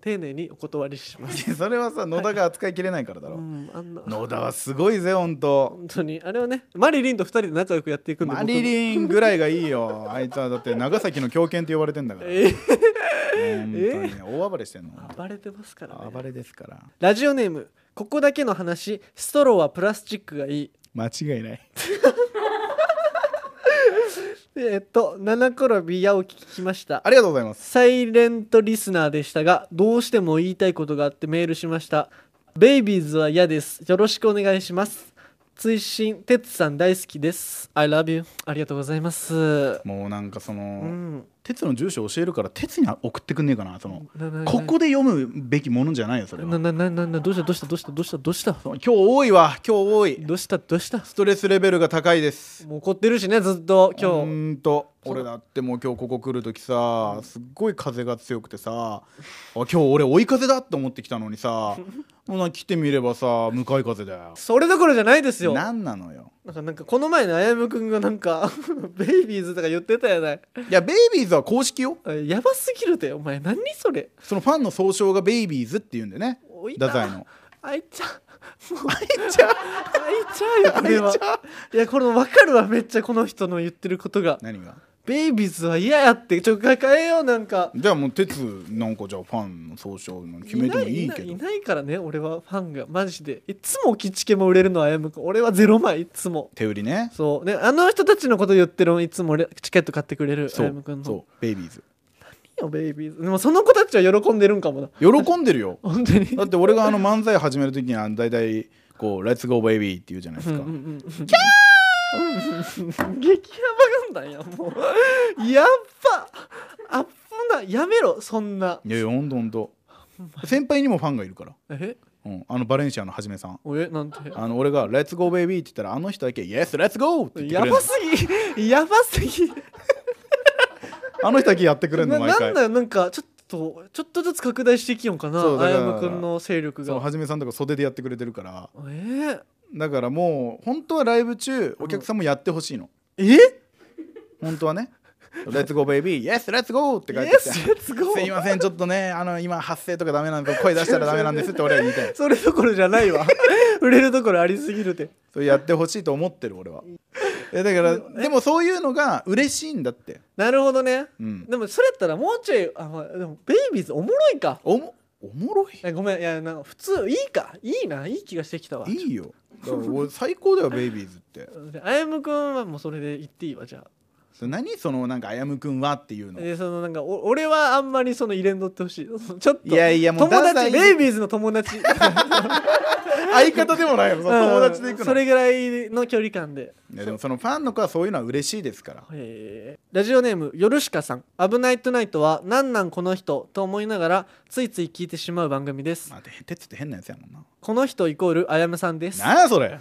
Speaker 1: 丁寧にお断りします。
Speaker 2: いや それはさ野田が扱いきれないからだ
Speaker 1: う
Speaker 2: ろ、
Speaker 1: ん、あんな
Speaker 2: 野田はすごいぜほんと
Speaker 1: 本当にあれはねマリリンと2人で仲良くやっていくんで
Speaker 2: マリ
Speaker 1: ン
Speaker 2: リンぐらいがいいよあいつはだって長崎の狂犬って呼ばれてんだから、
Speaker 1: え
Speaker 2: 本当に大暴れしてんの
Speaker 1: 暴れてますから、ね、
Speaker 2: 暴れですから
Speaker 1: ラジオネームここだけの話ストローはプラスチックがいい
Speaker 2: 間違いない
Speaker 1: えっと七転び矢を聞きました
Speaker 2: ありがとうございます
Speaker 1: サイレントリスナーでしたがどうしても言いたいことがあってメールしましたベイビーズは嫌ですよろしくお願いします追伸てつさん大好きです I love you ありがとうございます
Speaker 2: もうなんかその、
Speaker 1: うん
Speaker 2: 鉄の住所教えるから鉄に送ってくんねえかなその
Speaker 1: ななな
Speaker 2: ここで読むべきものじゃないよそれは
Speaker 1: なななななどうしたどうしたどうしたどうしたどうした
Speaker 2: そう今日多いわ今日多い
Speaker 1: どうしたどうした
Speaker 2: ストレスレベルが高いです
Speaker 1: もう怒ってるしねずっと
Speaker 2: ほ
Speaker 1: 今日
Speaker 2: んと
Speaker 1: そう
Speaker 2: 俺だってもう今日ここ来る時さすっごい風が強くてさあ今日俺追い風だって思ってきたのにさもうなんか来てみればさ向かい風だよ
Speaker 1: それどころじゃないですよ
Speaker 2: 何なのよ
Speaker 1: なんかなんかこの前のあやむくんがなんか ベイビーズとか言ってたやない
Speaker 2: いやベイビーズは公式よ
Speaker 1: あやばすぎるでお前何それ
Speaker 2: そのファンの総称がベイビーズって言うんでね
Speaker 1: おい
Speaker 2: 太宰の
Speaker 1: あいちゃんもうあいちゃんあいちゃんよこれはいやこの分かるわめっちゃこの人の言ってることが
Speaker 2: 何が
Speaker 1: ベイビーズは嫌やってちょっと変えようなんか
Speaker 2: じゃあもう鉄なんかじゃあファンの総称の決めてもいいけ
Speaker 1: い
Speaker 2: ど
Speaker 1: ないいないからね俺はファンがマジでいつもキチケも売れるのあやむくん俺はゼロ枚いつも
Speaker 2: 手売りね
Speaker 1: そうねあの人たちのこと言ってるのいつも俺チケット買ってくれるあ
Speaker 2: そ
Speaker 1: やむ
Speaker 2: う
Speaker 1: くんの
Speaker 2: そうベイビーズ
Speaker 1: いいよベイビーズでもその子たちは喜んでるんかもな
Speaker 2: 喜んでるよ
Speaker 1: 本当に
Speaker 2: だって俺があの漫才始める時にあの大体こう「レッツゴーベイビー」って言うじゃないですか、
Speaker 1: キャー激ヤバ軍団やもうやっばあっぶなやめろそんない
Speaker 2: やいやほんとほんと先輩にもファンがいるから、
Speaker 1: え
Speaker 2: うん、あのバレンシアのはじめさん
Speaker 1: おえなんて
Speaker 2: あの俺が「レッツゴーベイビー」って言ったらあの人だけ「イエスレッツゴー!」って言っ
Speaker 1: や
Speaker 2: てくれるの
Speaker 1: ばすぎやばすぎ
Speaker 2: あの人だけやってくれる
Speaker 1: な
Speaker 2: の毎
Speaker 1: なん
Speaker 2: 回
Speaker 1: だよなんかちょっとちょっとずつ拡大していきよんかな
Speaker 2: そうだ
Speaker 1: あ
Speaker 2: から
Speaker 1: やむくんの勢力
Speaker 2: そう
Speaker 1: が
Speaker 2: はじめさんとか袖でやってくれてるから
Speaker 1: えー、
Speaker 2: だからもう本当はライブ中お客さんもやってほしいの、
Speaker 1: え
Speaker 2: 本当はね「レッツゴーベイビーイエスレッツゴー!」って
Speaker 1: イ
Speaker 2: 書い
Speaker 1: エ
Speaker 2: てきて「
Speaker 1: ス
Speaker 2: す
Speaker 1: レッツゴ
Speaker 2: い
Speaker 1: ー
Speaker 2: ませんちょっとねあの今発声とかダメなんです声出したらダメなんです」って俺は言いたい
Speaker 1: それどころじゃない わ売れるところありすぎるて
Speaker 2: それやってほしいと思ってる 俺はえだからでもそういうのが嬉しいんだって
Speaker 1: なるほどね
Speaker 2: うん
Speaker 1: でもそれやったらもうちょいあまあでもベイビーズおもろいか
Speaker 2: おもおもろい
Speaker 1: えごめんいやなんか普通いいかいいないい気がしてきたわ
Speaker 2: いいよだから俺最高だよベイビーズって
Speaker 1: であやむくんはもうそれで言っていいわじゃあ
Speaker 2: それ何そのなんかあやむくんはっていうの
Speaker 1: でそのなんかお俺はあんまりその入れんどってほしい ちょっと
Speaker 2: いやいやもう
Speaker 1: 友
Speaker 2: ダサ
Speaker 1: 達
Speaker 2: い
Speaker 1: ベイビーズの友達
Speaker 2: 相方でもない のその友達で行
Speaker 1: う
Speaker 2: く
Speaker 1: んそ
Speaker 2: のい
Speaker 1: れぐらいの距離感で
Speaker 2: やでもそのファンの子はそういうのは嬉しいですから
Speaker 1: えーラジオネームヨルシカさん「危ないトゥナイト」は「なんなんこの人」と思いながらついつい聞いてしまう番組です
Speaker 2: まあ、て鉄って変なやつやもんな
Speaker 1: この人イコールあやむさんです
Speaker 2: なんやそれ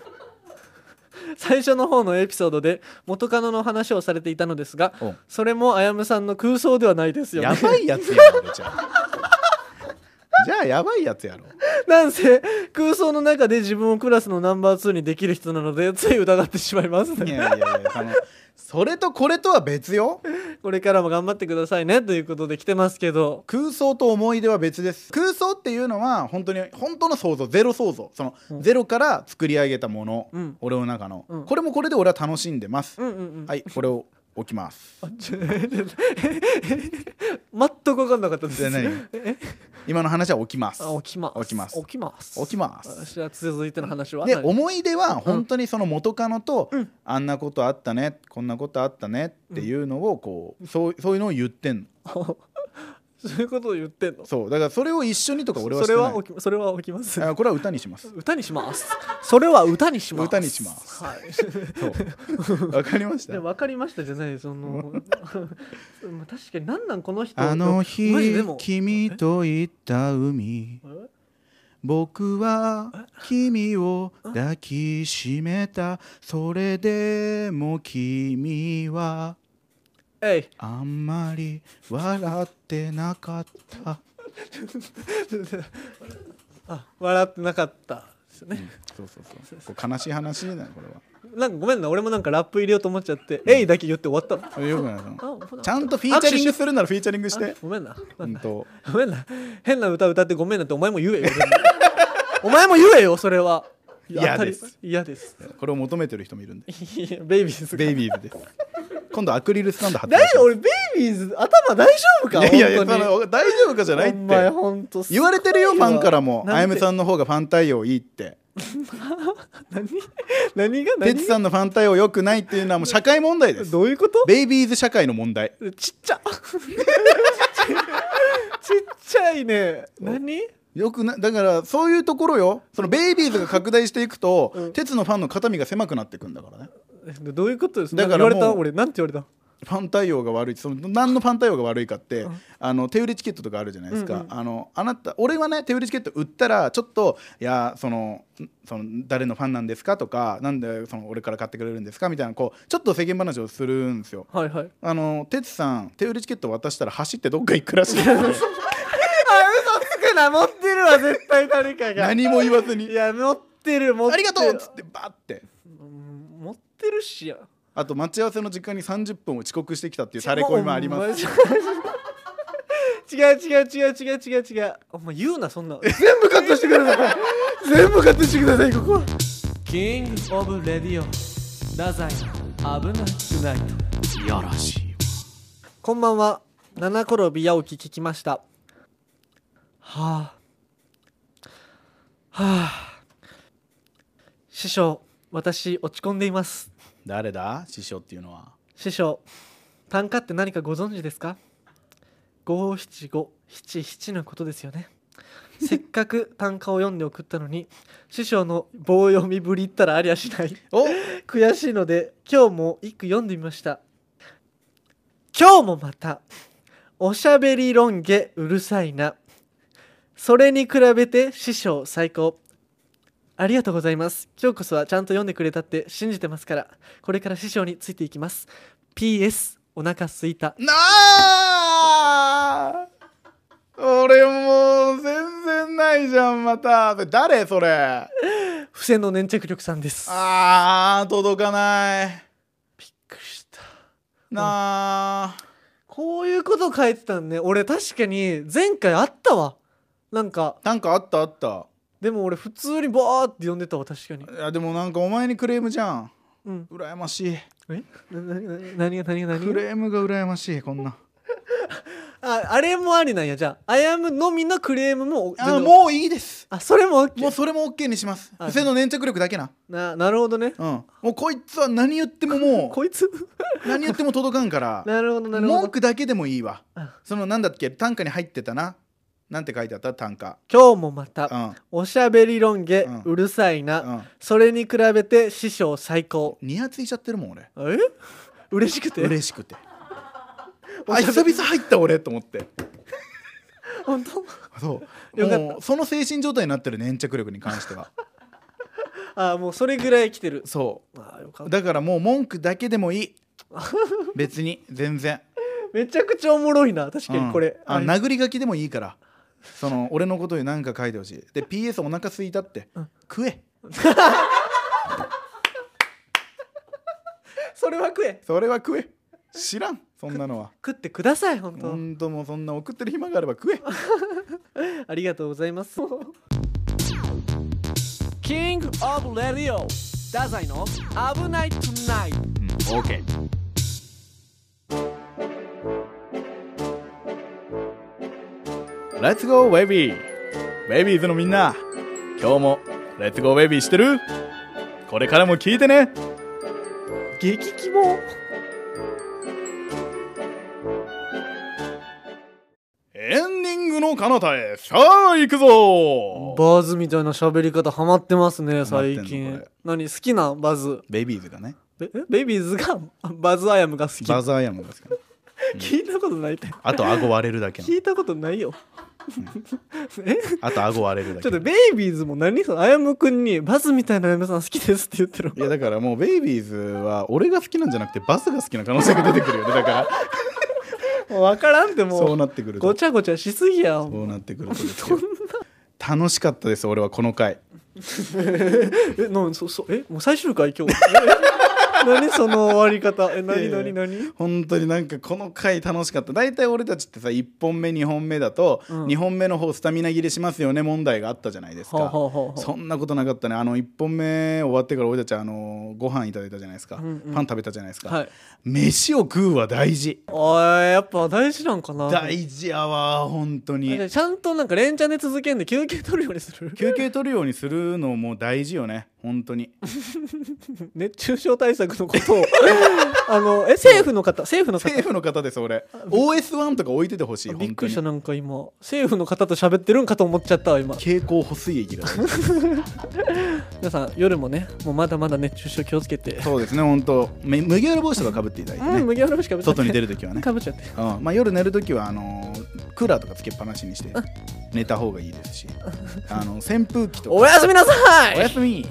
Speaker 1: 最初の方のエピソードで元カノの話をされていたのですが
Speaker 2: お
Speaker 1: それもあやむさんの空想ではないですよね
Speaker 2: やばいやつやろ俺じゃあじゃあやばいやつや ろ
Speaker 1: なんせ空想の中で自分をクラスのナンバー2にできる人なのでつい疑ってしまいます
Speaker 2: いや
Speaker 1: ね
Speaker 2: いやいやそのそれとこれとは別よ
Speaker 1: これからも頑張ってくださいねということで来てますけど
Speaker 2: 空想と思い出は別です空想っていうのは本当に本当の想像ゼロ想像その、
Speaker 1: うん
Speaker 2: ゼロから作り上げたもの、
Speaker 1: うん
Speaker 2: 俺の中の、
Speaker 1: うん
Speaker 2: これもこれで俺は楽しんでます、
Speaker 1: うんうんうん
Speaker 2: はいこれを置きます
Speaker 1: あちょ 全く分かんなかったです
Speaker 2: で何
Speaker 1: え
Speaker 2: 今の話は置きます
Speaker 1: あ起きます
Speaker 2: 起きます
Speaker 1: 起きます
Speaker 2: 置きます
Speaker 1: じゃあ続いての話は
Speaker 2: で
Speaker 1: 何
Speaker 2: 思い出は本当にその元カノと、
Speaker 1: うん
Speaker 2: あんなことあったねこんなことあったねっていうのをこうそうそういうのを言ってんの
Speaker 1: そういうことを言ってんの
Speaker 2: そうだからそれを一緒にとか俺はし
Speaker 1: そ
Speaker 2: て
Speaker 1: れ
Speaker 2: ない
Speaker 1: は起きそれは起きます
Speaker 2: あこれは歌にします
Speaker 1: 歌にしますそれは歌にします
Speaker 2: 歌にします
Speaker 1: はい
Speaker 2: そうわかりました
Speaker 1: でも分かりましたじゃないその まあ確かに何なんこの人
Speaker 2: あの日
Speaker 1: マジでも
Speaker 2: 君と行った海
Speaker 1: え
Speaker 2: 僕は君を抱きしめたそれでも君は
Speaker 1: えい
Speaker 2: あんまり笑ってなかった
Speaker 1: あ笑ってなかったですよね、
Speaker 2: そうそうそうこう悲しい話だよこれ
Speaker 1: なんかごめんな俺もなんかラップ入れようと思っちゃって「えい」だけ言って終わったの
Speaker 2: はよくないその
Speaker 1: あほな
Speaker 2: ちゃんとフィーチャリングするならフィーチャリングし
Speaker 1: あ
Speaker 2: て
Speaker 1: ごめんな
Speaker 2: 本当
Speaker 1: ごめんな変な歌歌ってごめんなってお前も言えよ 俺にお前も言えよそれは
Speaker 2: 嫌
Speaker 1: 当たり
Speaker 2: です
Speaker 1: 嫌です
Speaker 2: これを求めてる人もいるんで
Speaker 1: いやベイビーズ
Speaker 2: ベイビーズです今度アクリルスタンド貼って
Speaker 1: 大丈夫俺ベイビーズ頭大丈夫か
Speaker 2: いやいやいや
Speaker 1: 本当に
Speaker 2: その大丈夫かじゃないっ
Speaker 1: お前
Speaker 2: て
Speaker 1: ほんとすごい
Speaker 2: 言
Speaker 1: わ
Speaker 2: われてるよファンからもあやめさ
Speaker 1: ん
Speaker 2: んの方がファン対応いいって
Speaker 1: て何が何
Speaker 2: 哲さんのファン対応良くないっていうのはもう社会問題です
Speaker 1: どういうこと
Speaker 2: ベイビーズ社会の問題
Speaker 1: ちっちゃちっちゃいね何
Speaker 2: よくなだからそういうところよそのベイビーズが拡大していくと、
Speaker 1: うん
Speaker 2: 鉄のファンの肩身が狭くなっていくんだからね
Speaker 1: えどういうことです
Speaker 2: だ
Speaker 1: だ
Speaker 2: か
Speaker 1: からら
Speaker 2: も
Speaker 1: 言
Speaker 2: う
Speaker 1: われた俺なんて言われた
Speaker 2: ファン対応が悪いその何のファン対応が悪いかって、
Speaker 1: うん
Speaker 2: あの手売りチケットとかあるじゃないですか、
Speaker 1: うんうん
Speaker 2: あのあなた俺はね手売りチケット売ったらちょっといやそのその誰のファンなんですかとかなんでその俺から買ってくれるんですかみたいなこうちょっと世間話をするんですよ。
Speaker 1: はいはい
Speaker 2: あの哲さん手売りチケット渡したら走ってどっか行くらしいですね
Speaker 1: あ嘘つくな持ってるわ絶対誰かが
Speaker 2: 何も言わずに
Speaker 1: いや持ってる持っ
Speaker 2: 「
Speaker 1: て
Speaker 2: あ
Speaker 1: る
Speaker 2: りがとう!」っつってバーって
Speaker 1: うん持ってるしや
Speaker 2: あと待ち合わせの時間に30分を遅刻してきたっていうタレコミもあります
Speaker 1: す違う違う違う違う違う違うお前言うなそ んな全部カットしてください全部カットしてくださいここはキングオブレディオ太宰危なくない
Speaker 2: いやらしい
Speaker 1: こんばんは七転び八起き聞きましたはあはあ師匠私落ち込んでいます
Speaker 2: 誰だ師匠っていうのは
Speaker 1: 師匠短歌って何かご存知ですか五七五七七のことですよねせっかく短歌を読んで送ったのに師匠の棒読みぶりったらありゃしない
Speaker 2: お
Speaker 1: 悔しいので今日も一句読んでみました今日もまたおしゃべり論下うるさいなそれに比べて師匠最高ありがとうございます今日こそはちゃんと読んでくれたって信じてますからこれから師匠についていきます PS お腹すいた
Speaker 2: なあ俺もう全然ないじゃんまたそれ誰それ
Speaker 1: 付箋の粘着力さんです
Speaker 2: あー届かない
Speaker 1: びっくりした
Speaker 2: なあ
Speaker 1: こういうこと書いてたんね俺確かに前回あったわなんか
Speaker 2: なんかあったあった
Speaker 1: でも俺普通にバーって読んでたわ確かに
Speaker 2: いやでもなんかお前にクレームじゃん
Speaker 1: うん
Speaker 2: 羨ましい
Speaker 1: えななな何が何が何
Speaker 2: ク
Speaker 1: が
Speaker 2: レームが羨ましいこんな
Speaker 1: ああれもありなんやじゃああやむのみのクレームも全
Speaker 2: あ
Speaker 1: 然
Speaker 2: もういいです
Speaker 1: あそれも OK
Speaker 2: もうそれも OK にします
Speaker 1: あ
Speaker 2: 背の粘着力だけな
Speaker 1: ななるほどね
Speaker 2: うんもうこいつは何言ってもも
Speaker 1: こいつ
Speaker 2: う何言っても届かんから
Speaker 1: なるほどなるほ
Speaker 2: 文
Speaker 1: ど
Speaker 2: 句だけでもいいわ
Speaker 1: あ
Speaker 2: そのなんだっけ短歌に入ってたななんて書いてあった短歌
Speaker 1: 今日もま
Speaker 2: う
Speaker 1: た
Speaker 2: ん
Speaker 1: おしゃべり論下
Speaker 2: うん
Speaker 1: うるさいな
Speaker 2: うん
Speaker 1: それに比べて師匠最高
Speaker 2: ニヤついちゃってるもん俺
Speaker 1: え嬉しくて
Speaker 2: 嬉しく てあ久々入った俺と思って
Speaker 1: 本当
Speaker 2: そう
Speaker 1: よかった
Speaker 2: もうその精神状態になってる粘着力に関して は
Speaker 1: あもうそれぐらい来てる
Speaker 2: そ
Speaker 1: あよかっ
Speaker 2: う
Speaker 1: た
Speaker 2: だからもう文句だけでも いい別に全然
Speaker 1: めちゃくちゃおもろいな確か
Speaker 2: うん
Speaker 1: にこれ、
Speaker 2: あ
Speaker 1: あ
Speaker 2: 殴り書きでもいいからその俺のことに何か書いてほしいで PS お腹すいたって、
Speaker 1: うん
Speaker 2: 食え
Speaker 1: それは食え
Speaker 2: それは食え知らんそんなのは
Speaker 1: 食ってください本当、
Speaker 2: 本当もうそんな送ってる暇があれば食え
Speaker 1: ありがとうございます。キングオブレディオダザイの危ないトゥナイト。
Speaker 2: オーケーレッツゴーベイビーベイビーズのみんな今日もレッツゴーベイビーしてるこれからも聞いてね
Speaker 1: 激キモ。
Speaker 2: エンディングの彼方へさあ行くぞ
Speaker 1: バズみたいな喋り方ハマってますね
Speaker 2: ハマってん
Speaker 1: 最
Speaker 2: のこ
Speaker 1: 近
Speaker 2: れ。
Speaker 1: 何好きなバズ。
Speaker 2: ベイビーズがね
Speaker 1: ええベイビーズが バズアヤムが好き。
Speaker 2: バザーヤムですけど
Speaker 1: 聞いたことないって。
Speaker 2: あと顎割れるだけの
Speaker 1: 聞いたことないよ。 え
Speaker 2: あと顎割れるだ
Speaker 1: ちょ
Speaker 2: け
Speaker 1: っとベイビーズも何そのアヤムくんにバズみたいなアヤムさん好きですって言ってる
Speaker 2: い。やだからもうベイビーズは俺が好きなんじゃなくてバスが好きな可能性が出てくるよねだから
Speaker 1: もう分からんって
Speaker 2: そ
Speaker 1: も
Speaker 2: う
Speaker 1: う
Speaker 2: なってくると
Speaker 1: ごちゃごちゃしすぎや。
Speaker 2: そうなってくるとですよ楽しかったです俺はこの回
Speaker 1: え、なんそそえもう最終回今日。え何その終わり方。え、
Speaker 2: い
Speaker 1: 何
Speaker 2: やいや
Speaker 1: 何何？
Speaker 2: 本当になんかこの回楽しかった大体俺たちってさ1本目2本目だと、
Speaker 1: うん
Speaker 2: 2本目の方スタミナ切れしますよね問題があったじゃないですか、
Speaker 1: はあはあはあは
Speaker 2: そんなことなかったねあの1本目終わってから俺たちあのご飯いただいたじゃないですか、
Speaker 1: うんうん
Speaker 2: パン食べたじゃないです
Speaker 1: あ。
Speaker 2: か、
Speaker 1: はい。
Speaker 2: 飯を食うは大事
Speaker 1: ああやっぱ大事なんかな。
Speaker 2: 大事やわ本当
Speaker 1: あじゃあ
Speaker 2: に
Speaker 1: ちゃんとなんか連チャンで続けんで休憩取るようにする。
Speaker 2: 休憩取るようにするのも大事よね本当に
Speaker 1: 熱中症対策のこと をあのえ政府の方政府の方
Speaker 2: 政府の方です俺 OS1 とか置いててほしい
Speaker 1: びっ
Speaker 2: 本
Speaker 1: く
Speaker 2: 当
Speaker 1: りし
Speaker 2: に
Speaker 1: たなんか今政府の方と喋ってるんかと思っちゃったわ今
Speaker 2: 蛍光補水液だ
Speaker 1: 皆さん夜もねもうまだまだ熱中症気をつけて、
Speaker 2: そうですね本当め麦わら帽子とか被っていただいて
Speaker 1: うん
Speaker 2: ね
Speaker 1: 麦わら帽子かぶっちゃって
Speaker 2: 外に出る時はね
Speaker 1: かぶっちゃって
Speaker 2: うんまあ、夜寝るときはあのークーラーとかつけっぱなしにして寝た方がいいですしあの扇風機とか
Speaker 1: おやすみなさい
Speaker 2: おやすみ